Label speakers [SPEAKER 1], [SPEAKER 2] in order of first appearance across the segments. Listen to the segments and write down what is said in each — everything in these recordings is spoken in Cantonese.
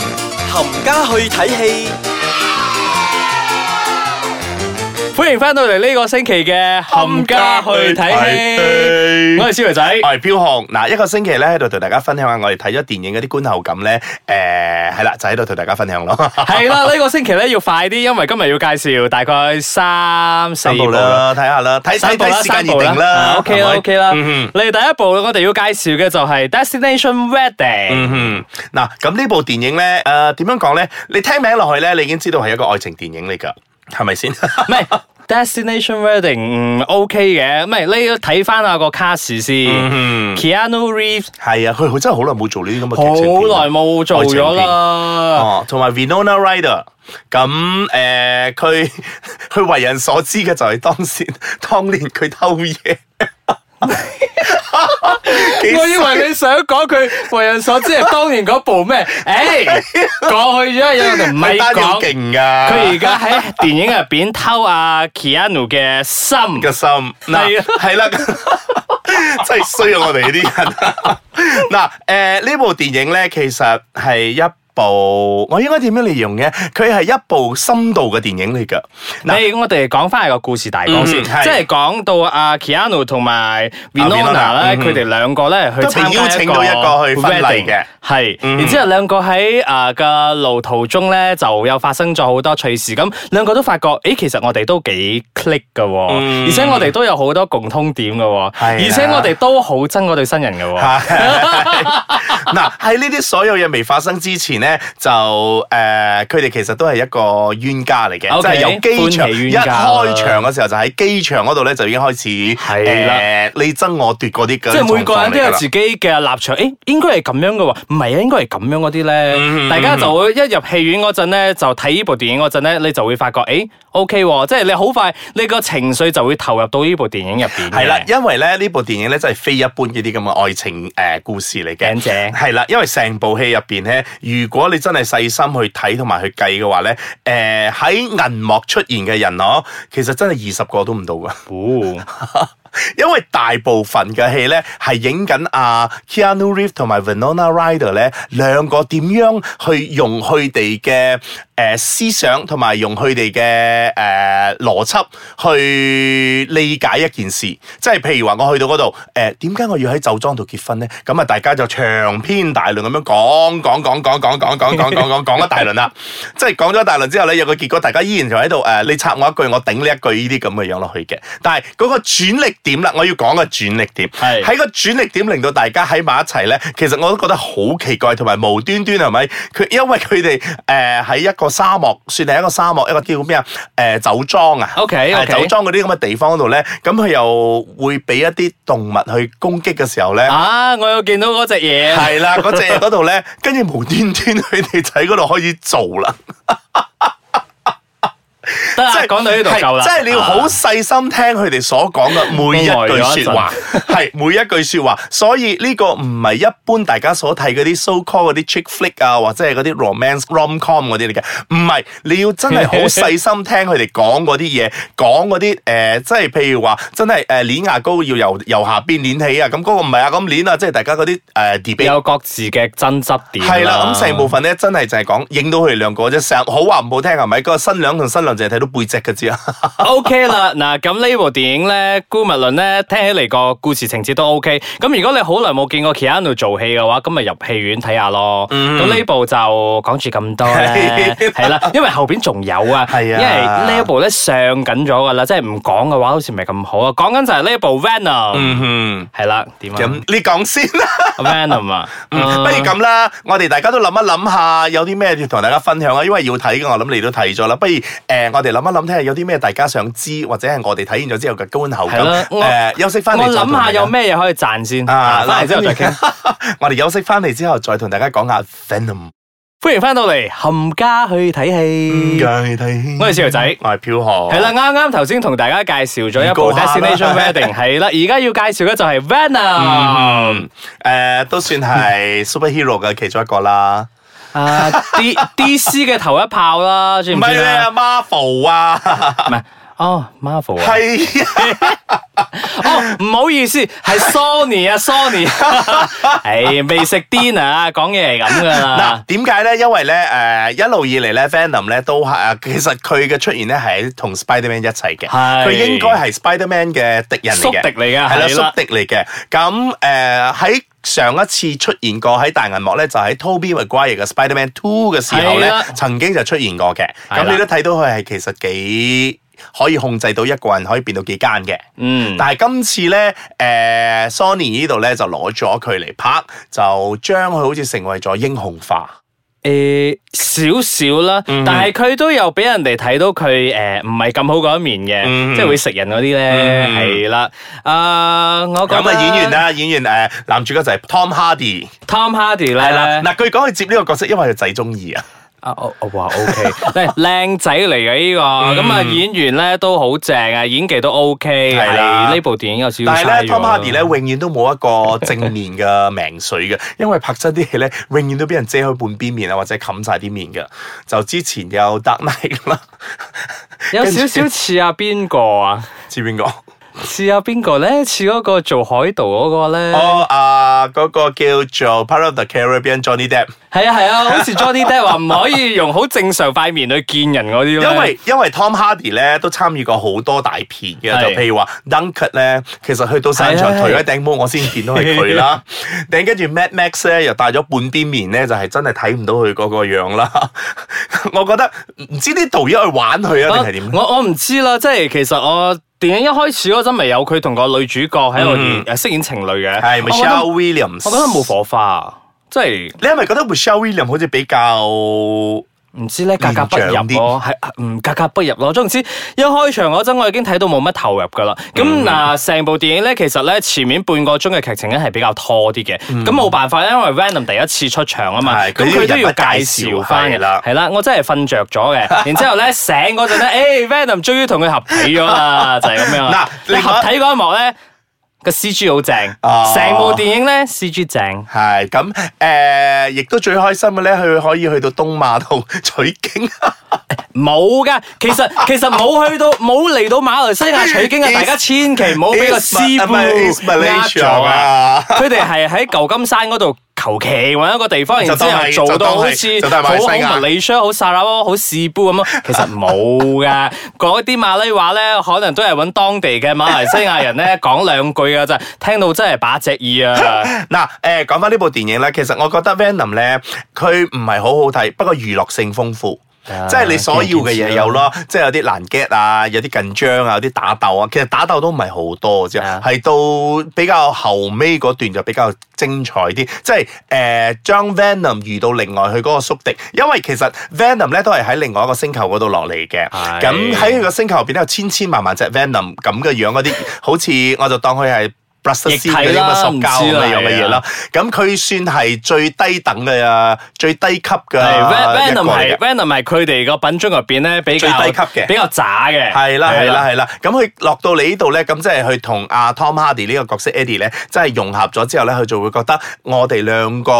[SPEAKER 1] 冚家去睇戲，
[SPEAKER 2] 欢迎翻到嚟呢个星期嘅冚家去睇戲，我係小肥仔。
[SPEAKER 3] 我係飄紅嗱，一個星期咧喺度同大家分享下我哋睇咗電影嗰啲觀後感咧，誒係啦，就喺度同大家分享咯。
[SPEAKER 2] 系 啦，呢個星期咧要快啲，因為今日要介紹大概三四
[SPEAKER 3] 三
[SPEAKER 2] 部
[SPEAKER 3] 部
[SPEAKER 2] 啦。
[SPEAKER 3] 啦，睇下啦，睇睇
[SPEAKER 2] 三部啦，
[SPEAKER 3] 睇時間
[SPEAKER 2] 三
[SPEAKER 3] 而
[SPEAKER 2] 部
[SPEAKER 3] 定
[SPEAKER 2] 啦啊
[SPEAKER 3] 啦。
[SPEAKER 2] ，OK 啦
[SPEAKER 3] 係咪
[SPEAKER 2] ，OK 啦。
[SPEAKER 3] 嗯
[SPEAKER 2] 你哋第一部我哋要介紹嘅就係 Destination Wedding，
[SPEAKER 3] 嗯哼，嗱，咁呢部電影咧，誒點樣講咧？你聽名落去咧，你已經知道係一個愛情電影嚟㗎，係咪先？
[SPEAKER 2] 唔係 Destination Wedding 嗯 OK 嘅，唔係你要睇翻下個卡 a 先
[SPEAKER 3] 嗯
[SPEAKER 2] ，Keanu Reeves
[SPEAKER 3] 係啊，佢佢真係好耐冇做呢啲咁嘅
[SPEAKER 2] 好
[SPEAKER 3] 劇情片啊啦
[SPEAKER 2] 耐冇做咗啦。
[SPEAKER 3] 哦，同埋 Winona Ryder。咁誒，呃佢 佢為人所知嘅就係當時當年佢偷 嘢。幾
[SPEAKER 2] 我以為你想講佢為人所知係當年嗰部咩？誒，過去咗有人唔係
[SPEAKER 3] 單嘢好
[SPEAKER 2] 講。
[SPEAKER 3] 勁啊㗎，
[SPEAKER 2] 佢而家喺電影入邊偷阿 Keanu 嘅心，
[SPEAKER 3] 嘅心
[SPEAKER 2] 係
[SPEAKER 3] 嗱
[SPEAKER 2] 啊
[SPEAKER 3] 係啦， 真係衰啊！ 我哋呢啲人嗱誒呢部電影咧，其實係一部我應該點樣嚟用嘅？佢係一部深度嘅電影嚟㗎。嗱
[SPEAKER 2] 你我哋講翻個故事大綱先，
[SPEAKER 3] 嗯係啊
[SPEAKER 2] 即係講到阿 Keanu 同埋 Winona 咧，
[SPEAKER 3] Winona，嗯
[SPEAKER 2] 佢哋兩個咧去
[SPEAKER 3] 都被
[SPEAKER 2] 參
[SPEAKER 3] 邀
[SPEAKER 2] 加一
[SPEAKER 3] 請
[SPEAKER 2] 個
[SPEAKER 3] 到一個去
[SPEAKER 2] wedding
[SPEAKER 3] 婚禮嘅，嗯
[SPEAKER 2] 係。然之後兩個喺啊嘅路途中咧，就又發生咗好多趣事。咁兩個都發覺，誒其實我哋都幾 click 嘅喎，
[SPEAKER 3] 嗯
[SPEAKER 2] 而且我哋都有好多共通點嘅喎，
[SPEAKER 3] 係啊
[SPEAKER 2] 而且我哋都好憎嗰對新人嘅 喎。
[SPEAKER 3] 係嗱喺呢啲所有嘢未發生之前咧，就誒佢哋其實都係一個冤家嚟嘅
[SPEAKER 2] OK，
[SPEAKER 3] 即係由機場
[SPEAKER 2] 歡喜冤
[SPEAKER 3] 一
[SPEAKER 2] 家啦
[SPEAKER 3] 開場嘅時候就喺機場嗰度咧就已經開始
[SPEAKER 2] 係啦
[SPEAKER 3] 誒你爭我奪嗰啲嘅狀況嚟㗎
[SPEAKER 2] 即
[SPEAKER 3] 啦，
[SPEAKER 2] 係每個人都有自己嘅立場，誒應該係咁樣嘅喎，唔係啊，應該係咁樣嗰啲咧，
[SPEAKER 3] 嗯
[SPEAKER 2] 大家就會一入戲院嗰陣咧，就睇呢部電影嗰陣咧，你就會發覺，誒 OK 喎，即係你好快你個情緒就會投入到呢部電影入邊嘅。
[SPEAKER 3] 係啦，因為咧呢部電影咧真係非一般嘅啲咁嘅愛情誒、呃故事嚟
[SPEAKER 2] 正
[SPEAKER 3] 嘅。
[SPEAKER 2] 正
[SPEAKER 3] 係啦，因為成部戲入邊咧，如果你真係細心去睇同埋去計嘅話咧，誒、喺銀幕出現嘅人哦，其實真係二十個都唔到㗎。
[SPEAKER 2] 哦，
[SPEAKER 3] 因為大部分嘅戲咧係影緊阿 Keanu Reeves 同埋 Winona Ryder 咧兩個點樣去用佢哋嘅誒思想同埋用佢哋嘅誒邏輯去理解一件事，即係譬如話我去到嗰度誒點解我要喺酒莊度結婚咧？咁啊大家就長篇大論咁樣講講講講講講講講講講講一大輪啦， 即係講咗一大輪之後咧有個結果，大家依然就喺度誒你插我一句我頂你一句呢啲咁嘅樣落去嘅，但係嗰個轉力點啦，我要講個轉力點
[SPEAKER 2] 係
[SPEAKER 3] 喺個轉力點令到大家喺埋一齊咧，其實我都覺得好奇怪，同埋無端端係咪？佢因為佢哋誒喺一個沙漠，算係一個沙漠，一個叫咩啊？誒、酒莊啊
[SPEAKER 2] OK，OK
[SPEAKER 3] 係酒莊嗰啲咁嘅地方度咧，咁佢又會俾一啲動物去攻擊嘅時候咧。
[SPEAKER 2] 啊，我有見到嗰隻嘢，
[SPEAKER 3] 係啦，嗰只嗰度咧，跟住無端端佢哋就喺嗰度開始做啦。
[SPEAKER 2] 得啦，
[SPEAKER 3] 即係
[SPEAKER 2] 講到呢度
[SPEAKER 3] 係
[SPEAKER 2] 夠啦，
[SPEAKER 3] 即係你要好
[SPEAKER 2] 啊
[SPEAKER 3] 細心聽佢哋所講嘅每 一句説話，係每一句説話。所以呢個唔係一般大家所睇嗰啲 so call 嗰啲 chick flick 啊，或者係嗰啲 romance rom com 嗰啲嚟嘅，唔係你 要真係好細心聽佢哋講嗰啲嘢，講嗰啲誒，即係譬如話真係誒攣牙膏要由由下邊攣起啊，咁嗰個唔係啊咁攣啊，即係大家嗰啲誒 debate。
[SPEAKER 2] 有各啊自嘅爭執點。
[SPEAKER 3] 係啦，咁成部分咧真係就係講影到佢哋兩個啫，成日好話唔好聽係咪？嗰、個新娘同新娘淨係睇到背脊嘅啫。
[SPEAKER 2] O K 啦， 嗱咁呢部電影咧，姑勿論咧，聽起嚟個故事情節都 O K。咁如果你好耐冇見過 Keanu 做戲嘅話，咁咪入戲院睇下咯。咁呢、部就講住咁多咧，
[SPEAKER 3] 係
[SPEAKER 2] 係啦，因為後邊仲有啊，
[SPEAKER 3] 係
[SPEAKER 2] 因
[SPEAKER 3] 啊
[SPEAKER 2] 為呢一部咧上緊咗噶啦，即係唔講嘅話好似唔係咁好啊。講緊就係呢部 Venom，
[SPEAKER 3] 嗯
[SPEAKER 2] 係啦，點
[SPEAKER 3] 咁
[SPEAKER 2] 啊
[SPEAKER 3] 你講先啦，
[SPEAKER 2] ？Venom 啊，
[SPEAKER 3] 不如咁啦，我哋大家都諗一諗下，有啲咩要同大家分享啊？因為要睇嘅，我諗你都睇咗啦。不如誒、呃我哋諗一諗，睇下有啲咩大家想知，或者係我哋睇完咗之後嘅觀後
[SPEAKER 2] 係啦
[SPEAKER 3] 感。
[SPEAKER 2] 我
[SPEAKER 3] 誒、休息翻嚟
[SPEAKER 2] 我
[SPEAKER 3] 再同
[SPEAKER 2] 諗
[SPEAKER 3] 大
[SPEAKER 2] 下
[SPEAKER 3] 家
[SPEAKER 2] 有咩嘢可以賺先，
[SPEAKER 3] 啊？
[SPEAKER 2] 翻嚟之後再
[SPEAKER 3] 跟住
[SPEAKER 2] 傾。
[SPEAKER 3] 我哋休息翻嚟之後，再同大家講下 Venom
[SPEAKER 2] 歡迎翻到嚟，冚家去睇戲。我係小牛仔
[SPEAKER 3] 我係飄河。
[SPEAKER 2] 系啦，，啱啱頭先同大家介紹咗一部
[SPEAKER 3] 預告下啦
[SPEAKER 2] Destination Wedding，係啦，而家要介紹嘅就係 Venom
[SPEAKER 3] 嗯，誒、都 算係 superhero 嘅其中一個啦。
[SPEAKER 2] 啊 D D C 嘅頭一炮啦，知
[SPEAKER 3] 唔
[SPEAKER 2] 唔
[SPEAKER 3] 係
[SPEAKER 2] 知
[SPEAKER 3] 你
[SPEAKER 2] 啊？
[SPEAKER 3] 啊，Marvel 啊。
[SPEAKER 2] 唔係，哦，Marvel 啊，
[SPEAKER 3] 係啊，
[SPEAKER 2] 哦，唔好意思，係 Sony 啊，Sony，唉，未食 dinner 啊，講嘢係咁噶
[SPEAKER 3] 嗱
[SPEAKER 2] 啦，
[SPEAKER 3] 點解咧？因為咧誒、一路以嚟咧 Venom 咧都係啊，其實佢嘅出現咧係同 Spider-Man 一齊嘅，
[SPEAKER 2] 係
[SPEAKER 3] 佢應該係 Spider-Man 嘅敵人嚟
[SPEAKER 2] 宿
[SPEAKER 3] 嘅，
[SPEAKER 2] 敵嚟㗎
[SPEAKER 3] 係啦，
[SPEAKER 2] 係啦
[SPEAKER 3] 宿敵嚟嘅。咁誒喺上一次出現過喺大銀幕咧，就喺 Tobey Maguire 嘅 Spider-Man Two 嘅時候
[SPEAKER 2] 係
[SPEAKER 3] 咧
[SPEAKER 2] 啦，
[SPEAKER 3] 曾經就出現過嘅。
[SPEAKER 2] 係
[SPEAKER 3] 咁
[SPEAKER 2] 啦
[SPEAKER 3] 你都睇到佢係其實幾可以控制到一個人可以變到幾奸嘅。
[SPEAKER 2] 嗯。
[SPEAKER 3] 但係今次咧，誒、Sony 呢度咧就攞咗佢嚟拍，就將佢好似成為咗英雄化。
[SPEAKER 2] 诶、少少啦，但系佢都有俾人哋睇到佢诶唔係咁好嗰一面嘅，
[SPEAKER 3] 嗯
[SPEAKER 2] 即係會食人嗰啲咧，
[SPEAKER 3] 嗯
[SPEAKER 2] 係啦、啊，我覺
[SPEAKER 3] 咁
[SPEAKER 2] 得
[SPEAKER 3] 啊，演員啦，演員誒、男主角就係 Tom Hardy，
[SPEAKER 2] Tom Hardy
[SPEAKER 3] 係啦。
[SPEAKER 2] 咧，
[SPEAKER 3] 嗱，據講佢接呢個角色，因為佢仔中意啊。
[SPEAKER 2] 啊我我話 OK，靚靚仔嚟嘅呢
[SPEAKER 3] 嗯
[SPEAKER 2] 個，咁啊、演員咧都好正啊，演技都 OK，
[SPEAKER 3] 係啦
[SPEAKER 2] 係呢部電影有少少
[SPEAKER 3] 但
[SPEAKER 2] 嘥
[SPEAKER 3] 係
[SPEAKER 2] 咗
[SPEAKER 3] 咧，Tom
[SPEAKER 2] 啦
[SPEAKER 3] Hardy 咧，永遠都冇一個正面嘅名水嘅， 因為拍真啲戲咧，永遠都俾人遮開半邊面啊，或者冚晒啲面嘅。就之前有 Dark Knight 啦，
[SPEAKER 2] 有少少似啊邊個啊？
[SPEAKER 3] 知邊個？
[SPEAKER 2] 似啊邊個咧？似嗰個做海盜嗰個咧？
[SPEAKER 3] 哦，啊，嗰個叫做 Part of the Caribbean Johnny Depp。
[SPEAKER 2] 係啊 係啊，好似 Johnny Depp 話唔可以用好正常塊面去見人嗰啲咧
[SPEAKER 3] 因為因為 Tom Hardy 咧都參與過好多大片嘅，
[SPEAKER 2] 係
[SPEAKER 3] 就譬如話 Dunkirk 咧，其實去到散場
[SPEAKER 2] 係
[SPEAKER 3] 除
[SPEAKER 2] 係
[SPEAKER 3] 咗頂帽，我先見到係佢 啦。頂跟住 Mad Max 咧又戴咗半邊面咧，就係真係睇唔到佢嗰個樣啦。 我覺得唔知啲導演去玩佢啊定係點？
[SPEAKER 2] 我我唔知啦，即係其實我電影一開始嗰陣咪有佢同個女主角喺度演誒飾演情侶嘅，
[SPEAKER 3] 嗯係
[SPEAKER 2] 我覺得
[SPEAKER 3] Michelle
[SPEAKER 2] 我
[SPEAKER 3] Williams。
[SPEAKER 2] 覺得冇。火花啊，即係
[SPEAKER 3] 你係咪覺得 Michelle Williams 好似比較？
[SPEAKER 2] 唔知咧格格不入
[SPEAKER 3] 連長
[SPEAKER 2] 咯，係啊唔格格不入咯。總之一開場嗰陣我已經睇到冇乜投入噶啦。咁
[SPEAKER 3] 嗯
[SPEAKER 2] 嗱，成部電影咧其實咧前面半個鐘嘅劇情咧係比較拖啲嘅，咁冇辦法，因為 Venom 第一次出場啊嘛，
[SPEAKER 3] 嗯係
[SPEAKER 2] 咁
[SPEAKER 3] 佢
[SPEAKER 2] 佢都
[SPEAKER 3] 人物
[SPEAKER 2] 要介
[SPEAKER 3] 介
[SPEAKER 2] 紹
[SPEAKER 3] 紹
[SPEAKER 2] 翻嘅
[SPEAKER 3] 係啦
[SPEAKER 2] 係啦，我真係瞓着咗嘅， 然之後咧醒嗰陣咧，誒 Venom 終於同佢合體咗 啦，就係咁樣啦。
[SPEAKER 3] 嗱
[SPEAKER 2] 你
[SPEAKER 3] 另外
[SPEAKER 2] 合體嗰一幕咧。個 C G 好正，
[SPEAKER 3] 哦
[SPEAKER 2] 成部電影咧 C G 正，
[SPEAKER 3] 係咁誒，呃亦都最開心嘅咧，佢可以去到東馬度取經。
[SPEAKER 2] 冇噶，其 實其實冇去到冇嚟到馬來西亞取經啊！
[SPEAKER 3] Is-
[SPEAKER 2] 大家千祈唔好俾個
[SPEAKER 3] Is-
[SPEAKER 2] 師傅
[SPEAKER 3] 唔係，Is
[SPEAKER 2] 呃
[SPEAKER 3] Malaysia
[SPEAKER 2] 咗啊
[SPEAKER 3] 啊！
[SPEAKER 2] 佢哋係喺舊金山嗰度求其揾一個地方，然之
[SPEAKER 3] 就當係
[SPEAKER 2] 後做到好似
[SPEAKER 3] 就
[SPEAKER 2] 好
[SPEAKER 3] 當係
[SPEAKER 2] 好
[SPEAKER 3] 馬來西亞
[SPEAKER 2] 馬里商、好沙拉波、好士布咁啊！其實冇噶， 嗰啲馬來話咧，可能都係揾當地嘅馬來西亞人咧講兩句噶咋，聽到真係把隻耳啊！
[SPEAKER 3] 嗱，誒講翻呢部電影咧，其實我覺得《Venom》咧，佢唔係好好睇，不過娛樂性豐富。
[SPEAKER 2] 啊
[SPEAKER 3] 即係你所要嘅嘢有咯，即係有啲難 get 啊，有啲緊張啊，有啲打鬥啊，其實打鬥都唔係好多啫，
[SPEAKER 2] 啊
[SPEAKER 3] 係到比較後尾嗰段就比較精彩啲，即係誒、呃、將 Venom 遇到另外佢嗰個宿敵，因為其實 Venom 咧都係喺另外一個星球嗰度落嚟嘅，
[SPEAKER 2] 係
[SPEAKER 3] 咁喺佢個星球入邊咧有千千萬萬隻 Venom 咁嘅樣嗰啲，好似我就當佢係 b r u s
[SPEAKER 2] 液體
[SPEAKER 3] 嗰啲咁嘅
[SPEAKER 2] 啦
[SPEAKER 3] 塑
[SPEAKER 2] 唔
[SPEAKER 3] 膠
[SPEAKER 2] 知
[SPEAKER 3] 咁
[SPEAKER 2] 啦
[SPEAKER 3] 嘅樣嘅嘢啦。咁佢算係最低等嘅啊，最低級嘅
[SPEAKER 2] 係
[SPEAKER 3] 一個
[SPEAKER 2] Venom
[SPEAKER 3] 嚟
[SPEAKER 2] 係
[SPEAKER 3] 嘅。
[SPEAKER 2] Venom 係佢哋個品種入邊咧比較
[SPEAKER 3] 最低級嘅
[SPEAKER 2] 比較渣嘅，
[SPEAKER 3] 係啦，係啦，係啦。咁佢落到你呢度咧，咁即係佢同阿 Tom Hardy 呢個角色 Eddie 咧，真係融合咗之後咧，佢就會覺得我哋兩個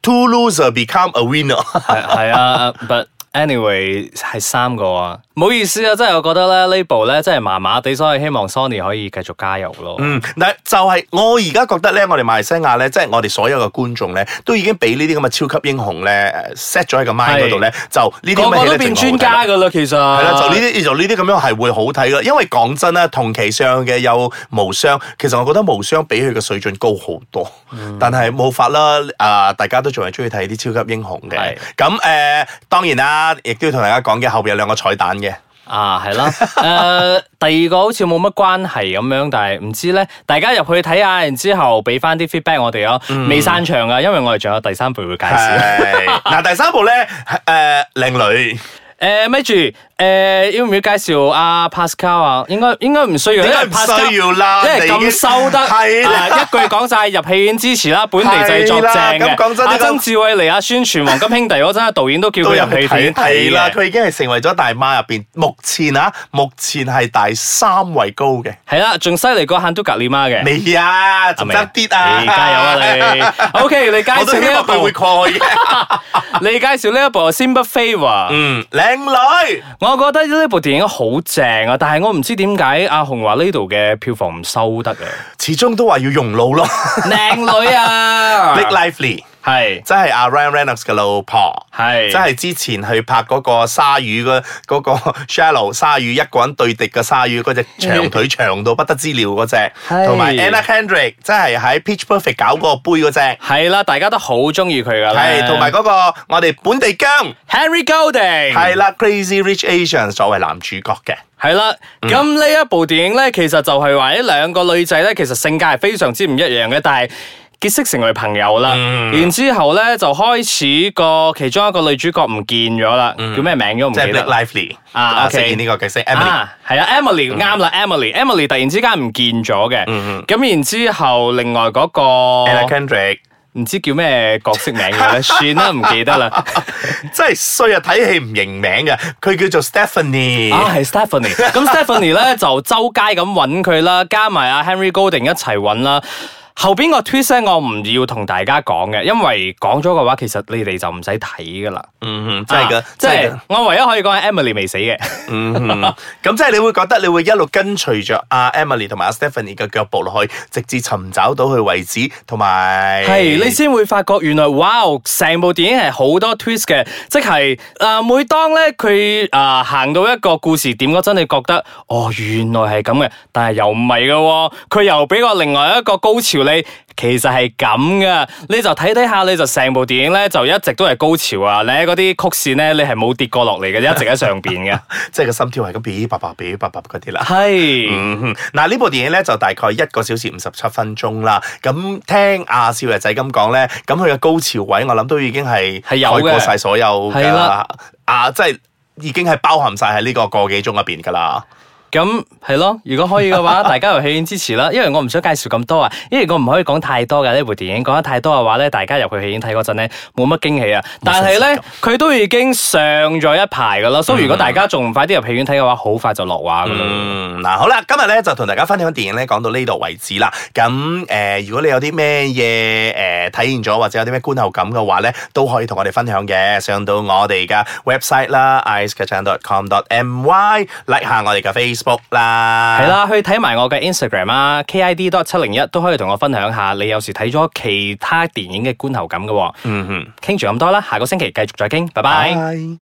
[SPEAKER 3] two loser become a winner。
[SPEAKER 2] 系系啊，but anyway 系三個啊，唔好意思啊，真係我覺得咧呢部咧真係麻麻地，所以希望 Sony 可以繼續加油咯。
[SPEAKER 3] 嗯，嗱，就係我而家覺得咧，我哋馬來西亞咧，即係我哋所有嘅觀眾咧，都已經俾呢啲咁嘅超級英雄咧誒 set 咗喺個 mind 嗰度咧，就呢啲
[SPEAKER 2] 個
[SPEAKER 3] 咁嘅
[SPEAKER 2] 個
[SPEAKER 3] 戲
[SPEAKER 2] 都
[SPEAKER 3] 咧
[SPEAKER 2] 變
[SPEAKER 3] 淨係好
[SPEAKER 2] 專
[SPEAKER 3] 睇啦
[SPEAKER 2] 家噶啦，其實
[SPEAKER 3] 係
[SPEAKER 2] 係
[SPEAKER 3] 啦，就呢啲就呢啲咁樣係會好睇嘅，因為講真啦，同期上嘅有無雙，其實我覺得無雙比佢嘅水準高好多，
[SPEAKER 2] 嗯
[SPEAKER 3] 但係冇法啦，啊、大家都仲係中意睇啲超級英雄嘅
[SPEAKER 2] 係，
[SPEAKER 3] 咁誒、呃、當然啦，亦都要同大家講嘅，後邊有兩個彩 蛋嘅，
[SPEAKER 2] 啊，係 啦，誒第二個好似冇乜關係咁樣，但係唔知咧，大家入去睇下，然之後俾翻啲 feedback 我哋咯，
[SPEAKER 3] 嗯
[SPEAKER 2] 未散場噶，因為我哋仲有第三部會介紹。
[SPEAKER 3] 係嗱第三部咧誒、呃、靚女，
[SPEAKER 2] 誒呃咪住，誒要唔要介紹阿 Pascal 啊？應該應該唔需要，
[SPEAKER 3] 點
[SPEAKER 2] 因
[SPEAKER 3] 解
[SPEAKER 2] 為
[SPEAKER 3] 唔
[SPEAKER 2] Pascal
[SPEAKER 3] 需要啦？
[SPEAKER 2] 因為
[SPEAKER 3] 你已經
[SPEAKER 2] 咁收得，
[SPEAKER 3] 係啦
[SPEAKER 2] 啊一句講晒入戲院支持啦，本地製作正
[SPEAKER 3] 係啦咁講
[SPEAKER 2] 嘅。
[SPEAKER 3] 真
[SPEAKER 2] 阿
[SPEAKER 3] 呢個
[SPEAKER 2] 曾志偉嚟阿宣傳黃金兄弟嗰陣，導演都叫
[SPEAKER 3] 都
[SPEAKER 2] 佢
[SPEAKER 3] 有
[SPEAKER 2] 入戲
[SPEAKER 3] 去睇
[SPEAKER 2] 院
[SPEAKER 3] 睇
[SPEAKER 2] 睇啊
[SPEAKER 3] 啦，
[SPEAKER 2] 嘅。
[SPEAKER 3] 佢已經係成為咗大媽入邊目前啊，目前係第三位高嘅。
[SPEAKER 2] 係啦，仲犀利過漢都格里媽嘅。
[SPEAKER 3] 未啊，
[SPEAKER 2] 啊
[SPEAKER 3] 仲
[SPEAKER 2] 未
[SPEAKER 3] 得啲啊！
[SPEAKER 2] 你加油啊你啊！OK，你介
[SPEAKER 3] 我都
[SPEAKER 2] 紹
[SPEAKER 3] 希
[SPEAKER 2] 呢 一
[SPEAKER 3] 望佢會
[SPEAKER 2] 部，
[SPEAKER 3] 過去嘅。
[SPEAKER 2] 你介紹呢一部《Simple Favor》。
[SPEAKER 3] 嗯，咧靚女，
[SPEAKER 2] 我覺得呢部電影好正啊，但係我唔知點解阿紅話呢度嘅票房唔收得啊，
[SPEAKER 3] 始終都話要用腦咯。
[SPEAKER 2] 靚女 啊
[SPEAKER 3] Blake Lively
[SPEAKER 2] 係
[SPEAKER 3] 真係阿 Ryan Reynolds 嘅老婆。
[SPEAKER 2] 係
[SPEAKER 3] 即係之前去拍嗰個鯊魚嘅嗰 個 Shallow 鯊魚一個人對敵嘅鯊魚嗰隻 長腿長到不得之了嗰隻，
[SPEAKER 2] 係
[SPEAKER 3] 同埋 Anna Kendrick 即係喺 Pitch Perfect 搞嗰個杯嗰隻，
[SPEAKER 2] 係啦，大家都好中意佢噶啦，
[SPEAKER 3] 係同埋嗰個我哋本地姜
[SPEAKER 2] Henry Golding
[SPEAKER 3] 係啦 Crazy Rich Asians 作為男主角嘅，
[SPEAKER 2] 係啦，咁呢一部電影咧，其實就係話呢兩個女仔咧，其實性格係非常之唔一樣嘅，但係。結識成為朋友啦，然之後咧就開始個其中一個女主角唔見咗啦，叫咩名都唔
[SPEAKER 3] 即
[SPEAKER 2] 記
[SPEAKER 3] 係
[SPEAKER 2] 得
[SPEAKER 3] Blake。Lively
[SPEAKER 2] 啊
[SPEAKER 3] 啊
[SPEAKER 2] OK
[SPEAKER 3] 飾演呢個角色 Emily。
[SPEAKER 2] 啊，係啊，Emily 啱啦，Emily，Emily 突然之間唔見咗嘅，咁然之後另外嗰
[SPEAKER 3] Anna
[SPEAKER 2] 個
[SPEAKER 3] Kendrick
[SPEAKER 2] 唔知叫咩角色名嘅咧，算啦，唔記得 啦。
[SPEAKER 3] 真係衰啊！睇戲唔認名嘅，佢叫做 Stephanie。
[SPEAKER 2] 啊，係 Stephanie。咁 Stephanie 咧就周街咁揾佢啦，加埋阿 Henry Golding 一齊揾啦。後邊個 twist 咧，我唔要同大家講嘅，因為講咗嘅話，其實你哋就唔使睇噶啦。
[SPEAKER 3] 嗯哼，真係
[SPEAKER 2] 啊
[SPEAKER 3] 嘅，
[SPEAKER 2] 即
[SPEAKER 3] 真係
[SPEAKER 2] 係
[SPEAKER 3] 嘅。
[SPEAKER 2] 我唯一可以講係 Emily 未死嘅。
[SPEAKER 3] 嗯哼，咁即係你會覺得你會一路跟隨着阿 Emily 同埋阿 Stephanie 嘅腳步落去，直至尋找到佢為止，同埋
[SPEAKER 2] 係，你先會發覺原來，哇！成部電影係好多 twist 嘅，即係啊、呃每當咧佢啊行到一個故事點嗰陣，你覺得哦，原來係咁嘅，但係又唔係嘅喎，佢又俾個另外一個高潮你。其實哦係咁噶，你就睇睇下，你就成部電影咧就一直都係高潮啊！你喺嗰啲曲線咧，你係冇跌過落嚟嘅，一直喺上邊嘅。
[SPEAKER 3] 即係個心跳係咁嗶叭叭嗶叭叭嗰啲啦。
[SPEAKER 2] 係。
[SPEAKER 3] 嗯哼，嗱呢部電影咧就大概一個小時五十七分鐘啦。咁聽阿少爺仔咁講咧，咁佢嘅高潮位我諗都已經係
[SPEAKER 2] 係有
[SPEAKER 3] 蓋過
[SPEAKER 2] 嘅
[SPEAKER 3] 晒所有
[SPEAKER 2] 係
[SPEAKER 3] 㗎
[SPEAKER 2] 啦，
[SPEAKER 3] 啊即係已經係包含晒喺呢個個幾鐘入邊㗎啦。
[SPEAKER 2] 咁係咯，如果可以嘅話， 大家由戲院支持啦，因為我唔想介紹咁多啊，因為我唔可以講太多嘅呢部電影，講得太多嘅話咧，大家入去戲院睇嗰陣咧冇乜驚喜啊。但係
[SPEAKER 3] 冇新鮮
[SPEAKER 2] 咧
[SPEAKER 3] 感，
[SPEAKER 2] 佢都已經上咗一排噶啦，所以如果大家仲唔快啲入戲院睇嘅話，好快就落畫噶啦。
[SPEAKER 3] 嗯，嗱好啦，今日咧就同大家分享電影咧，講到呢度為止啦。咁誒、呃如果你有啲咩嘢誒體驗咗，或者有啲咩觀後感嘅話咧，都可以同我哋分享嘅。上到我哋嘅 website 啦 i c e k a c h a n c o m m y like 下我哋嘅 Facebook 啦。
[SPEAKER 2] 係，啦，去睇埋我嘅 Instagram 啊，KID 七零一都可以同我分享下你有時睇咗其他電影嘅觀後感嘅喎。
[SPEAKER 3] 嗯哼，
[SPEAKER 2] 傾住咁多啦，下個星期繼續再傾，拜拜。
[SPEAKER 3] 拜。